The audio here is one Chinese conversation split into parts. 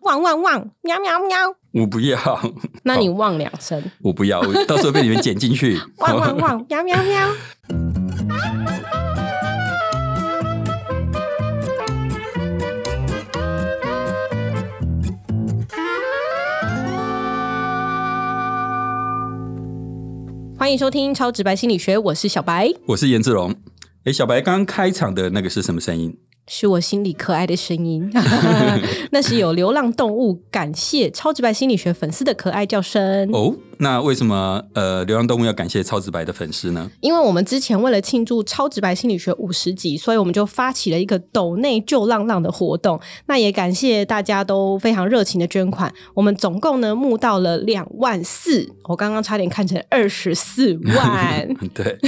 汪汪汪，喵喵喵。我不要，那你望两声，我不要，我到时候被你们剪进去。汪 汪汪，喵喵喵。欢迎收听《超直白心理学》，我是小白，我是颜志龙。哎，小白刚刚开场的那个是什么声音？是我心里可爱的声音，那是有流浪动物感谢超直白心理学粉丝的可爱叫声。哦，那为什么呃，流浪动物要感谢超直白的粉丝呢？ 因为我们之前为了庆祝超直白心理学五十集，所以我们就发起了一个抖内救浪浪的活动。那也感谢大家都非常热情的捐款，我们总共呢募到了两万四，我刚刚差点看成二十四万。对，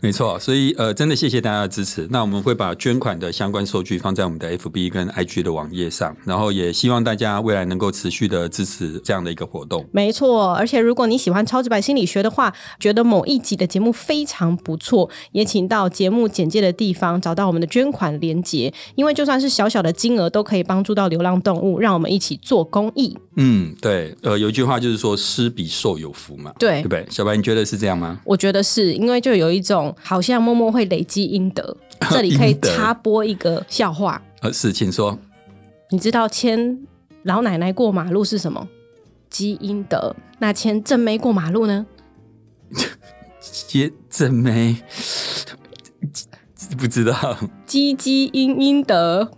没错，所以呃，真的谢谢大家的支持。那我们会把捐款的相关收据放在我们的 FB 跟 IG 的网页上，然后也希望大家未来能够持续的支持这样的一个活动。没错，而且如果你喜欢超直白心理学的话，觉得某一集的节目非常不错，也请到节目简介的地方找到我们的捐款连结，因为就算是小小的金额，都可以帮助到流浪动物，让我们一起做公益。嗯，对，呃，有一句话就是说“施比受有福”嘛，对对不对？小白，你觉得是这样吗？我觉得是因为就有一种好像默默会累积阴 德，这里可以阴德插播一个笑话，呃，是，请说。你知道牵老奶奶过马路是什么？积阴德。那牵正妹过马路呢？接正妹，不知道积积阴阴德。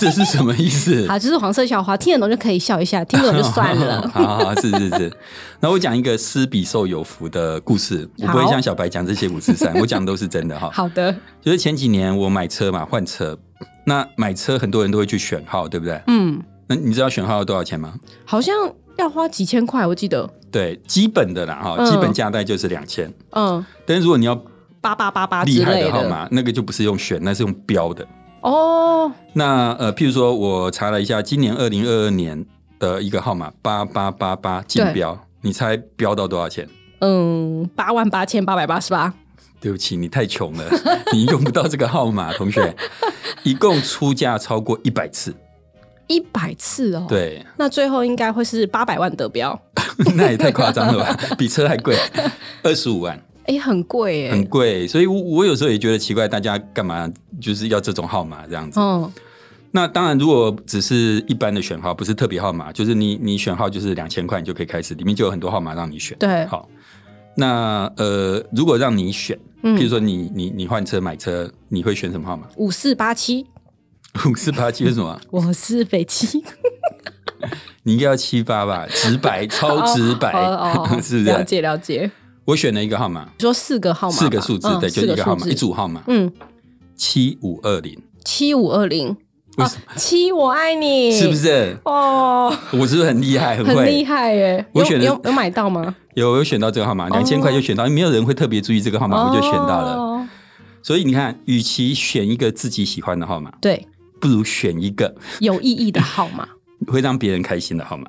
这是什么意思。好，就是黄色笑话，听得懂就可以笑一下，听不懂就算了。 好好好，是是是。那我讲一个施比受有福的故事，我不会好像小白讲这些五四三，我讲的都是真的哈。好的， 就是前几年我买车嘛，换车。那买车很多人都会去选号，对不对？嗯，那你知道选号要多少钱吗？好像要花几千块，我记得，对，基本的啦哈，嗯基本价带就是两千。嗯，但是如果你要八八八八厉啊之害类的号的。码，那个就不是用选，那是用标的。哦，那呃，譬如说我查了一下，今年二零二二年的一个号码八八八八竞标，你猜标到多少钱？嗯，八万八千八百八十八，对不起，你太穷了， 你用不到这个号码，同学。一共出价超过一百次，一百次哦。，对， 那最后应该会是八百万得标，那也太夸张了吧，比车还贵，二十五万，哎、很贵耶。很贵。所以我，我有时候也觉得奇怪，大家干嘛就是要这种号码这样子？嗯，那当然，如果只是一般的选号，不是特别号码，就是你你选号就是两千块，你就可以开始，里面就有很多号码让你选。对，好，那呃，如果让你选，嗯譬如说你你你换车买车，你会选什么号码？五四八七，五四八七是什么？ 我是北七，你应该要七八吧，直白，超直白，哦哦哦 是不了是？解了解。我选了一个号码，你说四个号码吧，四个数字，嗯对，就四一个号数码，字一组号码，嗯，七五二零，七五二零，哦，七我爱你，是不？是？哦，我是不是很厉害，很很厉会？害耶！我有选的有有买到吗？有有选到这个号码，两千块就选到，没有人会特别注意这个号码，我就选到了。哦。所以你看，与其选一个自己喜欢的号码，对，不如选一个有意义的号 码，会让别人开心的号码。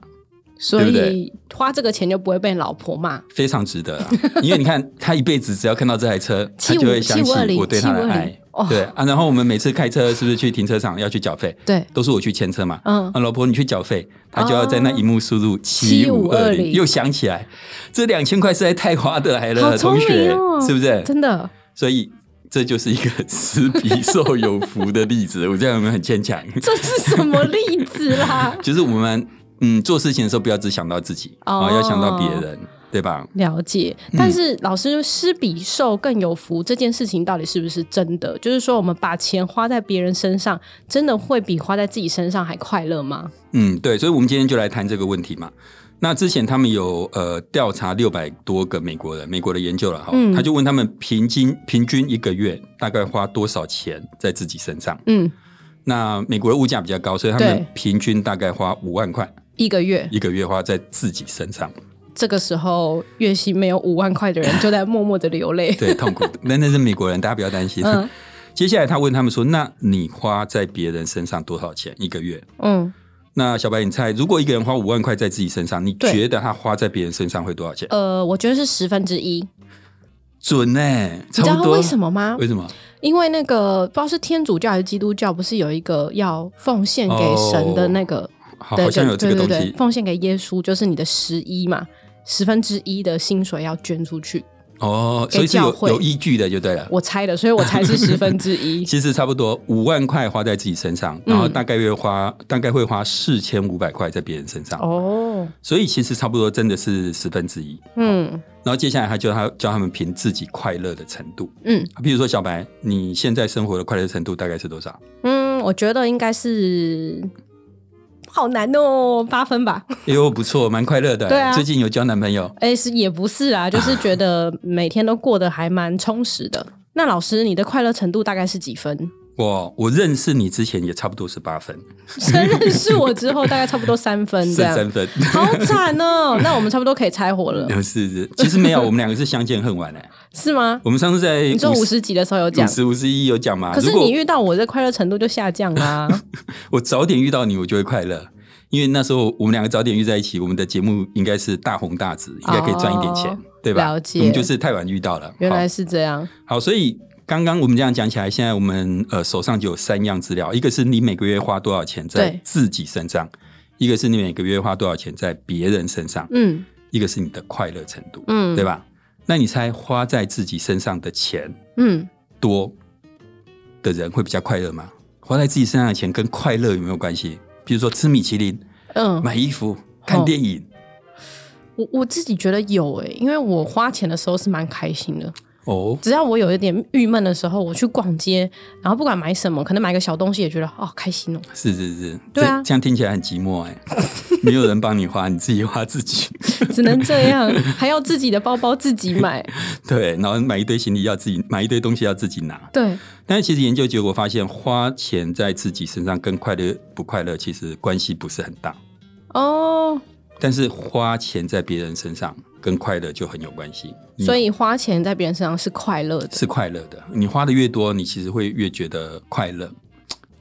所对不以对花这个钱就不会被老婆骂。非常值得、啊， 因为你看他一辈子只要看到这台车，他75就会想起7520我对他的爱。哦对啊，然后我们每次开车是不是去停车场要去缴费？对，都是我去牵车嘛。嗯啊，老婆你去缴费，他就要在那一幕输入七五7520二零，又想起来这两千块实在太划得来好了，聪同学明哦，是不是？真的所以这就是一个施比受有福的例子。 我这样有没有很牵强？？这是什么例子啦就是我们嗯做事情的时候不要只想到自己啊，哦要想到别人，对吧？了解，嗯但是老师施比受更有福这件事情到底是不是真的？就是说，我们把钱花在别人身上，真的会比花在自己身上还快乐吗？嗯，对，所以我们今天就来谈这个问题嘛。那之前他们有呃调查六百多个美国人，美国的研究了哈，嗯他就问他们平均平均一个月大概花多少钱在自己身上。嗯，那美国的物价比较高，所以他们对平均大概花五万块一个月一个月花在自己身上，这个时候月薪没有五万块的人就在默默的流泪。对，痛 苦。那那是美国人，大家不要担心。 嗯接下来他问他们说：“那你花在别人身上多少钱一个月？”嗯，那小白，你猜，如果一个人花五万块在自己身上，你对觉得他花在别人身上会多少钱？呃，我觉得是十分之一。准呢、你知差不道多。为什么吗？为什么？因为那哦个不知道是天主教还是基督教，不是有一个要奉献给神的那个好对好像有这个东对对西对奉献给耶稣，就是你的十一嘛，十分之一的薪水要捐出去。哦，给所以是教有会有依据的，就对了。我猜的，所以我才是十分之 一。其实差不多五万块花在自己身上，嗯然后大概会花、大概会花四千五百块在别人身上，哦，所以其实差不多真的是十分之一。嗯然后接下来他就他教他们凭自己快乐的程度，嗯比如说小白，你现在生活的快乐程度大概是多少？嗯，我觉得应该是好难哦，八分吧。哎呦，不错，蛮快乐的。对啊最近有交男朋友，哎、是也不是啊，就是觉得每天都过得还蛮充实的。那老师，你的快乐程度大概是几分？我我认识你之前也差不多是八分，先认识我之后，大概差不多三分是这样。三分。好惨哦！那我们差不多可以拆伙 了，是是，其实没有，我们两个是相见恨晚哎、是吗？我们上次在你说五十集的时候有五讲，十五十一有讲嘛？可是啊如果你遇到我，这快乐程度就下降 啦、我早点遇到你，我就会快乐。因为那时候我们两个早点遇在一起，我们的节目应该是大红大紫，应该可以赚一点钱，哦对吧？了解我们就是太晚遇到了。原来好是这样，好，所以刚刚我们这样讲起来，现在我们呃手上就有三样资料，一个是你每个月花多少钱在对自己身上，一个是你每个月花多少钱在别人身上，嗯一个是你的快乐程度，嗯对吧？那你猜花在自己身上的钱嗯，多的人会比较快乐吗？花在自己身上的钱跟快乐有没有关系？比如说吃米其林、嗯，买衣服、看电影。我我自己觉得有诶、因为我花钱的时候是蛮开心的。哦，只要我有一点郁闷的时候，我去逛街，然后不管买什么，可能买个小东西也觉得哦开心哦。 是是是，对啊这这样听起来很寂寞哎、 没有人帮你花，你自己花自己。 只能这样，还要自己的包包自己买。对，然后买一堆行李要自己买一堆东西要自己拿。对，但是其实研究结果发现，花钱在自己身上跟快乐不快乐其实关系不是很大，哦，但是花钱在别人身上跟快乐就很有关系。你所以花钱在别人身上是快乐的。是快乐的，你花的越多，你其实会越觉得快乐。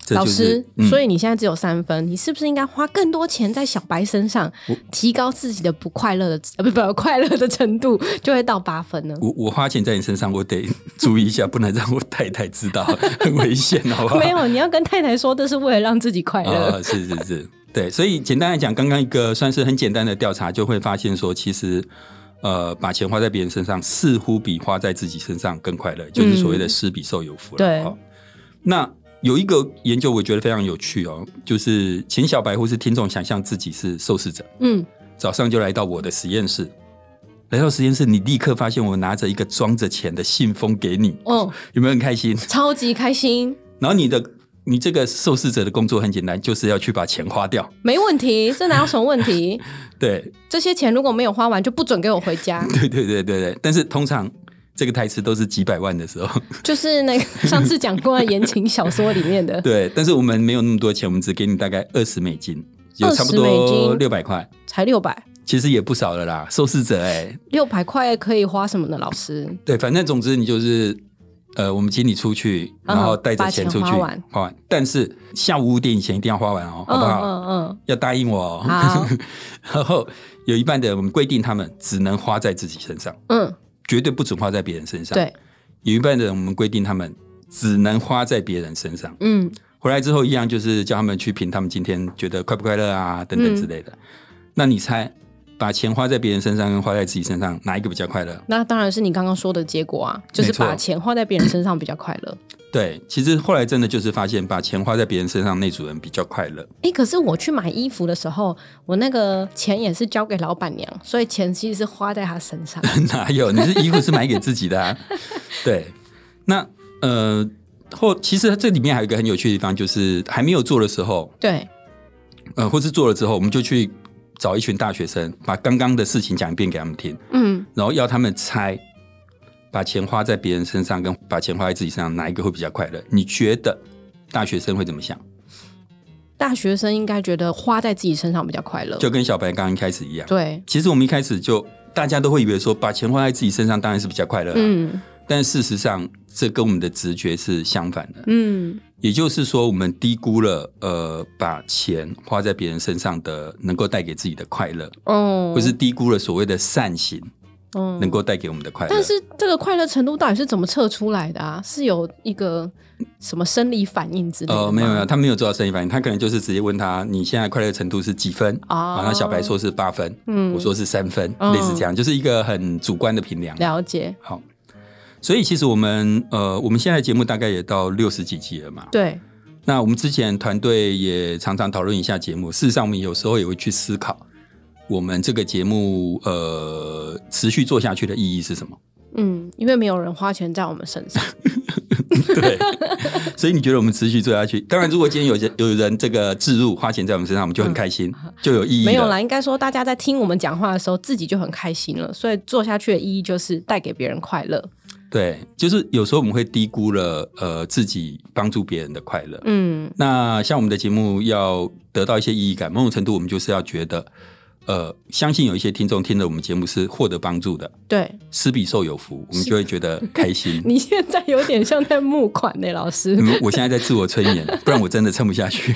这老就是师，嗯所以你现在只有三分，你是不是应该花更多钱在小白身上我，提高自己的不快乐的呃不不快乐的程度，就会到八分 呢？我我花钱在你身上，我得 注意一下，不能让我太太知道，很危险，好不好？ 没有，你要跟太太说，这是为了让自己快乐。啊、是是是，对，所以简单来讲，刚刚一个算是很简单的调查，就会发现说，其实呃，把钱花在别人身上，似乎比花在自己身上更快乐，就是所谓的施比受有福了。对哦那有一个研究，我觉得非常有趣哦，就是请小白或是听众想象自己是受试者，嗯，早上就来到我的实验室。来到实验室，你立刻发现我拿着一个装着钱的信封给你，哦，有没有很开心？超级开心，然后你的你这个受试者的工作很简单，就是要去把钱花掉。没问题，这哪有什么问 题？对，这些钱如果没有花完，就不准给我回 家。对对对对对。但是通常这个台词都是几百万的时候，就是那个上次讲过的言情小说里面的，对。但是我们没有那么多钱，我们只给你大概二十美金，有差不多20美六金百块，才六百，其实也不少了啦。受试者哎、六百块可以花什么呢？老师，对，反正总之你就是。呃，我们请你出去，嗯然后带着把钱钱出去、花完花完。但是下午五点以前一定要花完哦，好不好？嗯要答应我、哦。好 然后有一半的人我们规定他们只能花在自己身上，嗯嗯，绝对不准花在别人身上。，对，有一半的人我们规定他们只能花在别人身上。嗯回来之后一样就是叫他们去评他们今天觉得快不快乐啊等等之类的。那你猜，把钱花在别人身上跟花在自己身上，哪一个比较快乐？那当然是你刚刚说的结果啊，就是没错把钱花在别人身上比较快乐。对，其实后来真的就是发现，把钱花在别人身上，那组人比较快乐。 诶，可是我去买衣服的时候，我那个钱也是交给老板娘，所以钱其实是花在她身上。哪有？你是衣服是买给自己的、啊，对。那呃，后其实这里面还有一个很有趣的地方，就是还没有做的时候， 对，呃，或是做了之后，我们就去找一群大学生，把刚刚的事情讲一遍给他们听，嗯，然后要他们猜，把钱花在别人身上跟把钱花在自己身上，哪一个会比较快乐？你觉得大学生会怎么想？大学生应该觉得花在自己身上比较快乐。就啊跟小白刚刚一开始一样，对，其实我们一开始就大家都会以为说，把钱花在自己身上当然是比较快乐、啊，嗯但事实上，这跟我们的直觉是相反的。嗯，也就是说，我们低估了呃，把钱花在别人身上的能够带给自己的快乐，哦，或是低估了所谓的善行嗯能够带给我们的快乐。但是这个快乐程度到底是怎么测出来的啊？是有一个什么生理反应之类的吗？呃，没有没有，他没有做到生理反应，他可能就是直接问他你现在快乐程度是几分哦啊？那小白说是八分，嗯我说是三分，嗯类似这样，就是一个很主观的评量。了解，好，所以其实我们呃，我们现在节目大概也到六十几集了嘛。对，那我们之前团队也常常讨论一下节目，事实上我们有时候也会去思考，我们这个节目呃持续做下去的意义是什 么？嗯，因为没有人花钱在我们身上，对，所以你觉得我们持续做下去？当然，如果今天有人有人这个置入花钱在我们身上，我们就很开心，就有意义嗯了。没有啦。应该说，大家在听我们讲话的时候，自己就很开心了，所以做下去的意义就是带给别人快乐。对，就是有时候我们会低估了呃自己帮助别人的快乐。嗯，那像我们的节目要得到一些意义感，某种程度我们就是要觉得，呃，相信有一些听众听了我们节目是获得帮助的，对， 施比受有福，我们就会觉得开心。你现在有点像在募款呢、老师，嗯我现在在自我催眠，不然我真的撑不下去。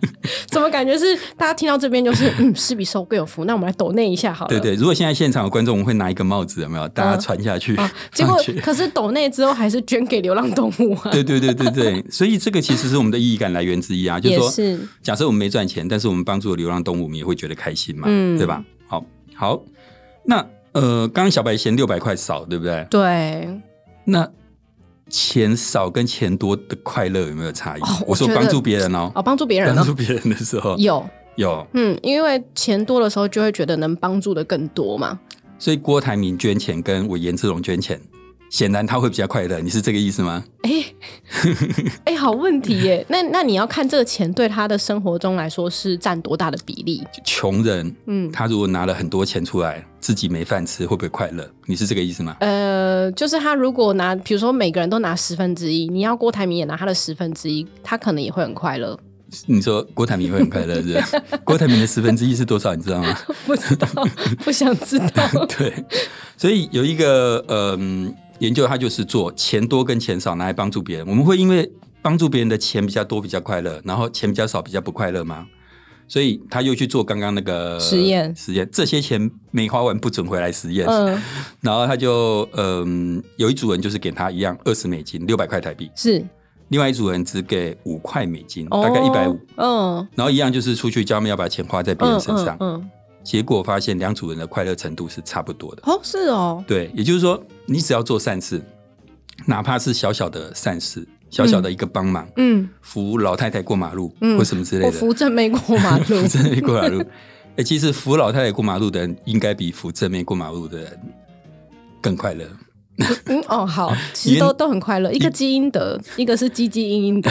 怎么感觉是大家听到这边就是嗯，施比受更有福，那我们来抖内一下好了。对对，如果现在现场有观众，我们会拿一个帽子，有没有？大家传下去，啊，结果上去 可是抖内之后还是捐给流浪动物啊。对对对对对，所以这个其实是我们的意义感来源之一啊，就是也说，是假设我们没赚钱，但是我们帮助了流浪动物，我们也会觉得开心嘛，嗯对吧？好，好，那呃，刚刚小白嫌六百块少，对不对？对，那钱少跟钱多的快乐有没有差异？哦我我说觉得帮助别人哦，哦，帮助别人 帮呢助别人的时候有，有，嗯，因为钱多的时候就会觉得能帮助的更多嘛。所以郭台铭捐钱跟我颜志龙捐钱，显然他会比较快乐，你是这个意思吗？哎、哎、好问题耶。那那你要看这个钱对他的生活中来说是占多大的比例？穷人嗯，他如果拿了很多钱出来，自己没饭吃，会不会快乐？你是这个意思吗？呃，就是他如果拿，比如说每个人都拿十分之一，你要郭台铭也拿他的十分之一，他可能也会很快乐。 你说郭台铭会很快乐，是不是？郭台铭的十分之一是多少？你知道吗？不知道， 不想知 道。对，所以有一个嗯、研究，它就是做钱多跟钱少拿来帮助别人。我们会因为帮助别人的钱比较多比较快乐，然后钱比较少比较不快乐吗？所以他又去做刚刚那个实验实验这些钱没花完不准回来实验。嗯，然后他就嗯、有一组人就是给他一样二十美金，六百块台币；是另外一组人只给五块美金，嗯大概一百五。。哦然后一样就是出去叫他们要把钱花在别嗯人嗯身上，嗯嗯，结果发现两组人的快乐程度是差不多的。哦，是哦，对，也就是说，你只要做善事，哪怕是小小的善事，小小的一个帮忙，嗯，扶老太太过马路、嗯或什么之类我的，扶正妹过马路扶。正面过马路。哎、其实扶老太太过马路的人，应该比扶正面过马路的人更快乐。 嗯，哦，好，其实因都都很快乐。一个基因德，一个是积极因因 德。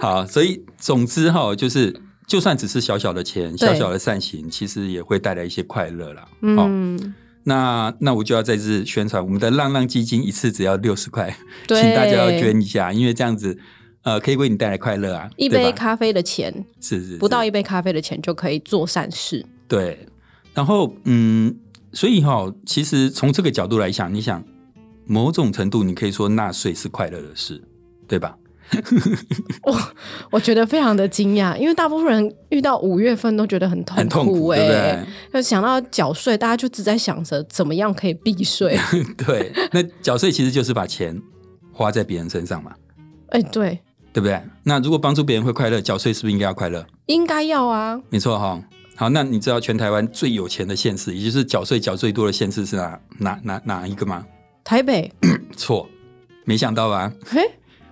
好，所以总之哈，就是就算只是小小的钱、对小小的善行，其实也会带来一些快乐啦。哦好嗯，那那我就要再次宣传我们的浪浪基金，一次只要六十块，对请大家要捐一下，因为这样子呃可以为你带来快乐啊，一杯对吧咖啡的钱，是是是不到一杯咖啡的钱就可以做善事。对，然后嗯，所以哈、其实从这个角度来想，你想某种程度你可以说纳税是快乐的事，对吧？我觉得非常的惊讶，因为大部分人遇到五月份都觉得很痛很痛苦，哎、对就想到缴税，大家就只在想着怎么样可以避 税。不对？ 对，那缴税其实就是把钱花在别人身上嘛，哎、对，对不对？那如果帮助别人会快乐，缴税是不是应该要快乐？应该要啊。没错哈、好，那你知道全台湾最有钱的县市，也就是缴税缴最多的县市是哪哪哪哪一个吗？台北，错，没想到吧？嘿、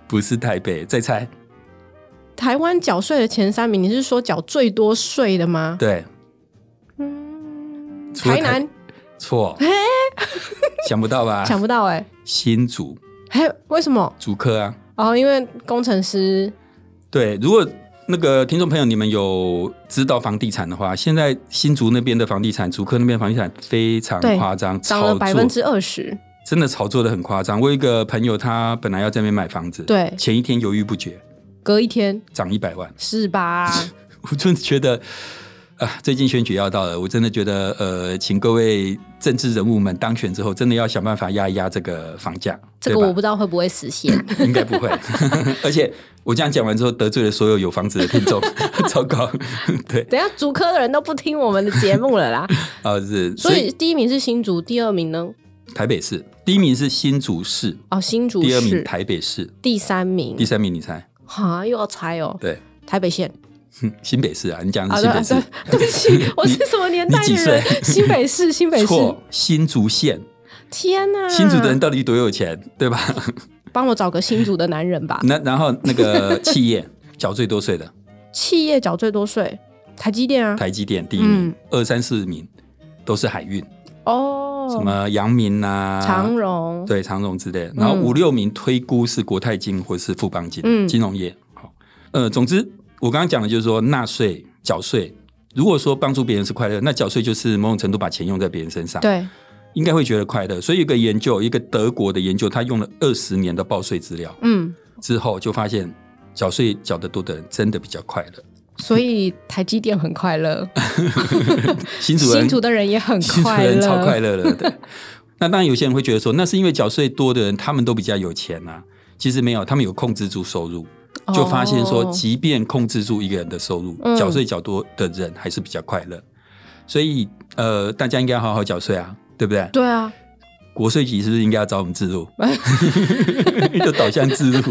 不是台北，再猜。台湾缴税的前三名，你是说缴最多税的吗？对，嗯，除了台南错，想不到吧？想不到哎、新竹嘿，为什么？竹科啊，哦，因为工程师对，如果。那个听众朋友，你们有知道房地产的话，现在新竹那边的房地产，竹科那边的房地产非常对夸张，涨了炒百作分之二十，真的炒作的很夸张。我有一个朋友，他本来要在那边买房子，对前一天犹豫不决，隔一天 涨一百万。是吧？我真的觉得啊，最近选举要到了，我真的觉得，呃，请各位政治人物们当选之后，真的要想办法压一压这个房价，这个对吧我不知道会不会实现。应 该不会。而且我这样讲完之后，得罪了所有有房子的听众， 糟糕。对，等一下竹科的人都不听我们的节目了啦。啊是，所 所以以第一名是新竹，第二名呢？台北市第一名是新竹市，哦，新竹第二名市，台北市，第三名第，三名你猜？哈，又要猜哦。对，台北县哼新北市啊，你讲的啊，是对新啊北市。对，对不 起，我是什么年代的你几岁人？新北 市，新北市，错，新竹县，天哪！新竹的人到底多有钱，对吧？ 帮我找个新竹的男人吧。那然后那个企业缴最多税的，企业缴最多税，台积电啊。台积电第一名嗯，二三四名都是海运，哦，什么阳明啊、长荣？对长荣之类的，然后嗯五六名推估是国泰金或是富邦金，嗯金融业。好，呃，总之我刚刚讲的就是说纳税、缴税。如果说帮助别人是快乐，那缴税就是某种程度把钱用在别人身上，对，应该会觉得快乐。所以有一个研究，一个德国的研究，他用了二十年的报税资料嗯，之后，就发现缴税缴得多的人真的比较快乐。所以台积电很快乐， 新主人，新竹的人也很新竹快人超乐。快乐 了。对，那当然有些人会觉得说，那是因为缴税多的人，他们都比较有钱啊。其实没有，他们有控制住收入，就发现说，哦即便控制住一个人的收入，嗯缴税较多的人还是比较快乐。所以，呃，大家应该要好好缴税啊，对不对？对啊，国税局是不是应该要找我们自 入？就导向自入，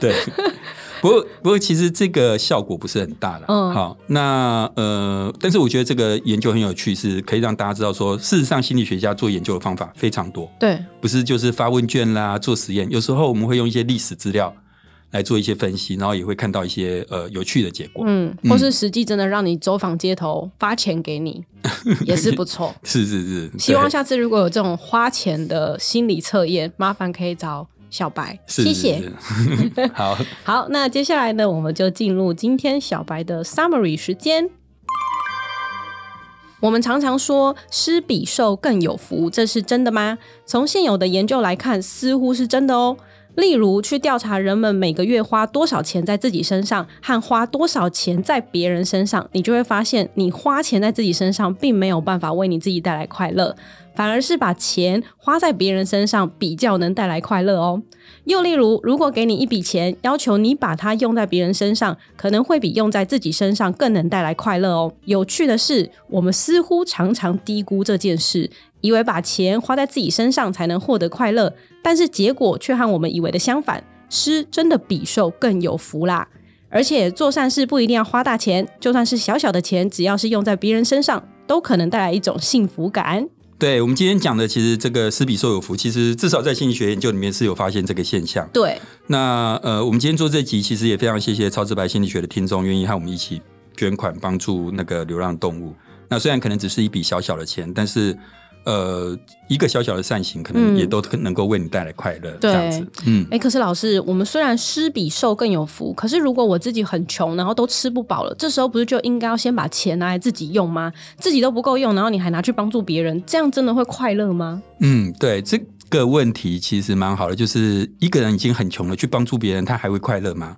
对。不过，不过，其实这个效果不是很大了。嗯好，那呃，但是我觉得这个研究很有趣，是可以让大家知道说，事实上心理学家做研究的方法非常多，对，不是就是发问卷啦、做实验，有时候我们会用一些历史资料来做一些分析，然后也会看到一些呃有趣的结果。嗯，或是实际真的让你走访街头发钱给 你，也是不错。是是是，对希望下次如果有这种花钱的心理测验，麻烦可以找小白，是谢是谢。是 好。好，那接下来呢，我们就进入今天小白的 summary 时间。我们常常说施比受更有福，这是真的吗？从现有的研究来看，似乎是真的哦。例如，去调查人们每个月花多少钱在自己身上和花多少钱在别人身上，你就会发现，你花钱在自己身上并没有办法为你自己带来快乐，反而是把钱花在别人身上比较能带来快乐哦。又例如，如果给你一笔钱，要求你把它用在别人身上，可能会比用在自己身上更能带来快乐哦。有趣的是，我们似乎常常低估这件事，以为把钱花在自己身上才能获得快乐，但是结果却和我们以为的相反，施真的比受更有福啦。而且做善事不一定要花大钱，就算是小小的钱，只要是用在别人身上，都可能带来一种幸福感。对我们今天讲的，其实这个施比受有福，其实至少在心理学研究里面是有发现这个现象。对，那呃，我们今天做这集，其实也非常谢谢超直白心理学的听众愿意和我们一起捐款帮助那个流浪动物。那虽然可能只是一笔小小的钱，但是呃，一个小小的善行，可嗯能也都能够为你带来快乐。对这样子，嗯，哎、可是老师，我们虽然施比受更有福，可是如果我自己很穷，然后都吃不饱了，这时候不是就应该要先把钱拿来自己用吗？自己都不够用，然后你还拿去帮助别人，这样真的会快乐吗？嗯，对，这个问题其实蛮好的，就是一个人已经很穷了，去帮助别人，他还会快乐吗？